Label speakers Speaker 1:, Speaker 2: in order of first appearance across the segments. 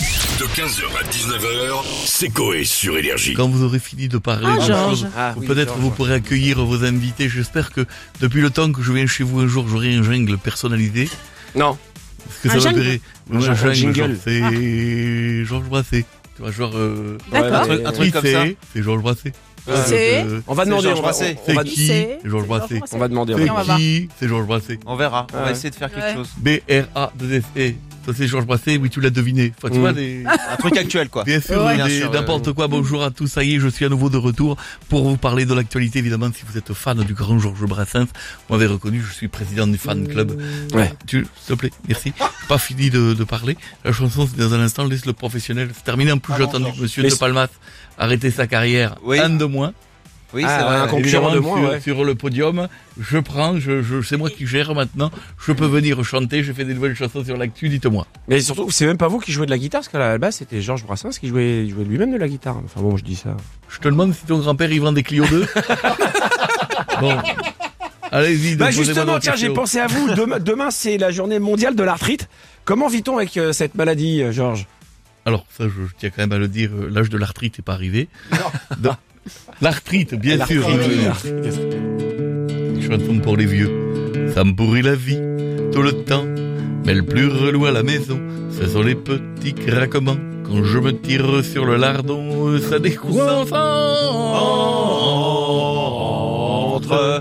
Speaker 1: De 15h à 19h, c'est Coé sur Énergie.
Speaker 2: Quand vous aurez fini de parler,
Speaker 3: Ah,
Speaker 2: de
Speaker 3: Georges.
Speaker 2: choses,
Speaker 4: Ah,
Speaker 2: ou
Speaker 4: oui,
Speaker 2: peut-être
Speaker 4: Georges,
Speaker 2: vous
Speaker 4: ouais.
Speaker 2: pourrez accueillir vos invités. J'espère que depuis le temps que je viens chez vous un jour, j'aurai un jungle personnalisé.
Speaker 4: Non.
Speaker 2: Parce que
Speaker 3: Un
Speaker 2: ça
Speaker 3: jungle Ah.
Speaker 2: m'intéresse.
Speaker 4: Un genre- un jingle.
Speaker 2: genre, c'est Georges Brasset. Tu vois, genre... Euh...
Speaker 3: D'accord.
Speaker 4: Ouais, mais-
Speaker 2: qui c'est C'est Georges Brasset.
Speaker 4: Euh,
Speaker 3: Ah. C'est-
Speaker 2: Euh,
Speaker 4: On va
Speaker 5: C'est
Speaker 4: demander,
Speaker 5: Georges
Speaker 4: on va,
Speaker 5: Brassens.
Speaker 4: on va-
Speaker 2: C'est
Speaker 3: Qui
Speaker 2: qui
Speaker 3: c'est
Speaker 2: C'est Georges Brasset.
Speaker 4: on va demander. on va
Speaker 2: C'est
Speaker 3: on va voir.
Speaker 2: qui C'est Georges Brasset.
Speaker 5: On verra, on
Speaker 4: Ouais.
Speaker 5: va essayer de faire quelque
Speaker 3: Ouais.
Speaker 5: chose.
Speaker 2: B-R-A-2-S-E. E. Ça, c'est Georges Brasset. Oui, tu l'as deviné. Enfin, tu
Speaker 4: Mm.
Speaker 2: vois, des...
Speaker 5: Un truc actuel quoi.
Speaker 2: Bien sûr,
Speaker 3: Ouais.
Speaker 2: des-
Speaker 5: Bien sûr,
Speaker 2: n'importe quoi. Bonjour à tous, ça y est, je suis à nouveau de retour pour vous parler de l'actualité. Évidemment, si vous êtes fan du grand Georges Brassens, vous m'avez reconnu, je suis président du fan club.
Speaker 4: Ouais.
Speaker 2: Tu, s'il te plaît, merci. J'ai Pas fini de, de parler. La chanson, c'est dans un instant, laisse le professionnel. C'est terminé. En plus, j'ai entendu que Monsieur
Speaker 4: Mais
Speaker 2: De
Speaker 4: c'est-
Speaker 2: Palmas arrêter sa carrière.
Speaker 5: Oui.
Speaker 2: Un de moins.
Speaker 5: Oui,
Speaker 4: Ah,
Speaker 5: c'est
Speaker 4: ouais, un
Speaker 5: vrai.
Speaker 4: con- Concurrent
Speaker 2: Évidemment,
Speaker 4: de moins,
Speaker 2: sur,
Speaker 4: ouais.
Speaker 2: sur le podium. Je prends, je, je, c'est moi qui gère maintenant. Je peux venir chanter. Je fais des nouvelles chansons sur l'actu. Dites-moi.
Speaker 4: Mais surtout, c'est même pas vous qui jouez de la guitare, parce qu'à la base, c'était Georges Brassens qui jouait, il jouait lui-même de la guitare. Enfin bon, je dis ça.
Speaker 2: Je te demande si ton grand-père il vend des Clio 2. bon. Allez-y. donc,
Speaker 4: Bah
Speaker 2: posez-moi
Speaker 4: justement,
Speaker 2: votre
Speaker 4: tiens, j'ai
Speaker 2: question.
Speaker 4: pensé à vous. Demain, demain, c'est la journée mondiale de l'arthrite. Comment vit-on avec euh, cette maladie, euh, Georges
Speaker 2: Alors, ça, je, je tiens quand même à le dire, euh, l'âge de l'arthrite n'est pas arrivé. Non. L'arthrite, bien sûr. euh, Chanson pour les vieux. Ça me pourrit la vie, tout le temps. Mais le plus relou à la maison, ce sont les petits craquements. Quand je me tire sur le lardon, euh, ça décoince.
Speaker 5: Entre. euh,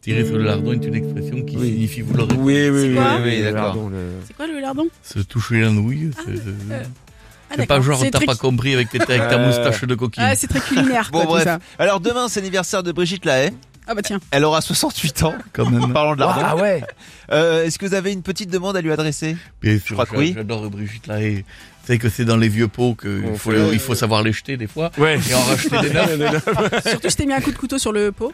Speaker 2: Tirer
Speaker 3: Euh,
Speaker 2: sur le lardon est une expression qui
Speaker 4: Oui.
Speaker 2: signifie, vous l'aurez
Speaker 4: Oui, oui, oui,
Speaker 3: quoi
Speaker 4: oui,
Speaker 5: Oui, d'accord.
Speaker 4: pardon, le-
Speaker 3: C'est quoi le lardon
Speaker 2: Se toucher la nouille, c'est
Speaker 3: euh, Ah,
Speaker 2: c'est pas
Speaker 3: d'accord.
Speaker 2: genre
Speaker 3: C'est
Speaker 2: t'as
Speaker 3: très-
Speaker 2: pas compris avec, tes- avec ta
Speaker 4: Euh,
Speaker 2: moustache de coquille.
Speaker 3: Ah, c'est très culinaire.
Speaker 5: Bon
Speaker 3: quoi, tout
Speaker 5: bref.
Speaker 3: ça.
Speaker 5: Alors demain c'est l'anniversaire de Brigitte Lahaye.
Speaker 3: Ah bah tiens.
Speaker 5: Elle aura 68 ans.
Speaker 2: quand même.
Speaker 5: Parlons de l'ardon.
Speaker 4: Ah ouais.
Speaker 5: Euh, Est-ce que vous avez une petite demande à lui adresser
Speaker 2: Bien sûr,
Speaker 5: Je crois que oui.
Speaker 2: J'adore Brigitte Lahaye. Tu sais que c'est dans les vieux pots qu'il
Speaker 4: On
Speaker 2: faut,
Speaker 4: fait-
Speaker 2: le- il faut savoir les jeter des fois
Speaker 4: Ouais.
Speaker 2: et en racheter des neufs.
Speaker 3: Surtout, je t'ai mis un coup de couteau sur le pot.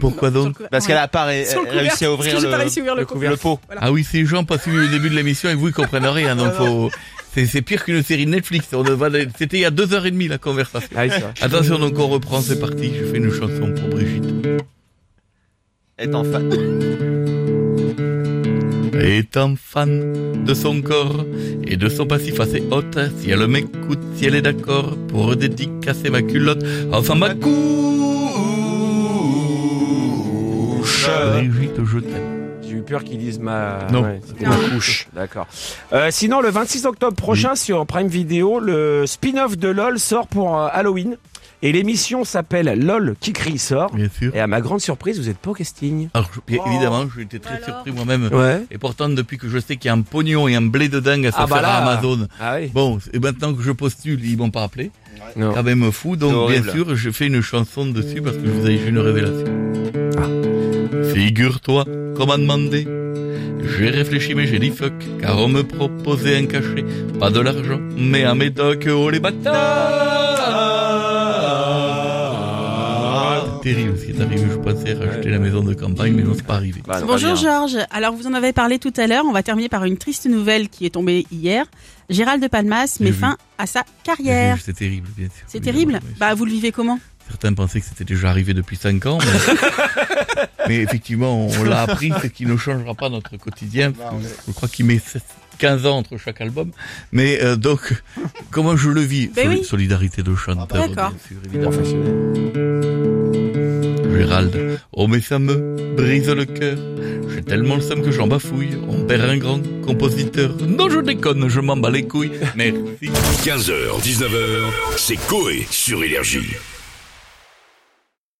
Speaker 2: Pourquoi
Speaker 3: Sur le
Speaker 2: donc
Speaker 3: cou-
Speaker 5: Parce
Speaker 3: ouais.
Speaker 5: qu'elle a pas ré-
Speaker 3: Sur le couvert,
Speaker 5: réussi à
Speaker 3: parce que
Speaker 5: ouvrir
Speaker 3: j'ai
Speaker 5: le,
Speaker 3: pas réussi à ouvrir le
Speaker 4: couvert.
Speaker 5: le pot.
Speaker 2: Ah oui, ces gens passent le début de l'émission et vous, ils comprennent rien. Donc faut... c'est c'est pire qu'une série Netflix. On va... C'était il y a deux heures et demie la conversation.
Speaker 4: Ah, oui, c'est vrai.
Speaker 2: Attention, donc on reprend, c'est parti. Je fais une chanson pour Brigitte.
Speaker 5: Est
Speaker 4: Euh.
Speaker 5: en fa-
Speaker 2: Étant fan de son corps et de son passif assez haute, si elle m'écoute, si elle est d'accord pour dédicacer ma culotte, enfin ma couche. Brigitte, je t'aime.
Speaker 4: J'ai eu peur qu'ils disent ma.
Speaker 2: Non.
Speaker 4: Ouais, c'était
Speaker 3: Non.
Speaker 4: ma couche. D'accord. Euh, sinon, le 26 octobre prochain sur Prime Video, le spin-off de LOL sort pour euh, Halloween. Et l'émission s'appelle LOL qui crie sort.
Speaker 2: Bien sûr.
Speaker 4: Et à ma grande surprise, vous êtes pas au casting.
Speaker 2: Alors, je- bien
Speaker 5: Oh.
Speaker 2: évidemment, j'ai été très
Speaker 3: Alors.
Speaker 2: surpris moi-même.
Speaker 4: Ouais.
Speaker 2: Et pourtant, depuis que je sais qu'il y a un pognon et un blé de dingue à se
Speaker 4: Ah, bah
Speaker 2: faire à
Speaker 4: là.
Speaker 2: Amazon.
Speaker 4: Ah oui.
Speaker 2: Bon, et maintenant que je postule, ils m'ont pas appelé.
Speaker 4: Non.
Speaker 2: Quand même fou.
Speaker 5: C'est
Speaker 2: Donc, bien
Speaker 5: horrible.
Speaker 2: sûr, je fais une chanson dessus parce que je vous ai j'ai une révélation.
Speaker 5: Ah.
Speaker 2: Figure-toi qu'on m'a demandé. J'ai réfléchi, mais j'ai dit fuck. Car on me proposait un cachet. Pas de l'argent, mais un médoc. Oh les bâtards! C'est Terrible ce qui est arrivé. Je pensais racheter la maison de campagne, mais non, c'est pas arrivé.
Speaker 4: Bah, non,
Speaker 3: Bonjour
Speaker 4: pas bien.
Speaker 3: Georges. Alors, vous en avez parlé tout à l'heure. On va terminer par une triste nouvelle qui est tombée hier. Gérald de Palmas
Speaker 2: J'ai
Speaker 3: met
Speaker 2: vu.
Speaker 3: fin à sa carrière.
Speaker 2: C'est terrible, bien sûr.
Speaker 3: C'est
Speaker 2: Évidemment,
Speaker 3: terrible.
Speaker 2: bien sûr.
Speaker 3: Bah, vous le vivez comment
Speaker 2: Certains pensaient que c'était déjà arrivé depuis 5 ans. Mais, mais effectivement, on l'a appris, ce qui ne changera pas notre quotidien.
Speaker 3: Bah,
Speaker 2: parce que Je crois qu'il met 7, 15 ans entre chaque album. Mais euh, donc, comment je le vis
Speaker 3: Ben oui.
Speaker 2: Solidarité de chanteurs,
Speaker 3: Ah bah. D'accord.
Speaker 2: bien sûr, évidemment. Gérald, oh mais ça me brise le cœur. J'ai tellement le seum que j'en bafouille. On perd un grand compositeur. Non, je déconne, je m'en bats les couilles. Merci.
Speaker 1: 15h, 19h, c'est Coé sur Énergie.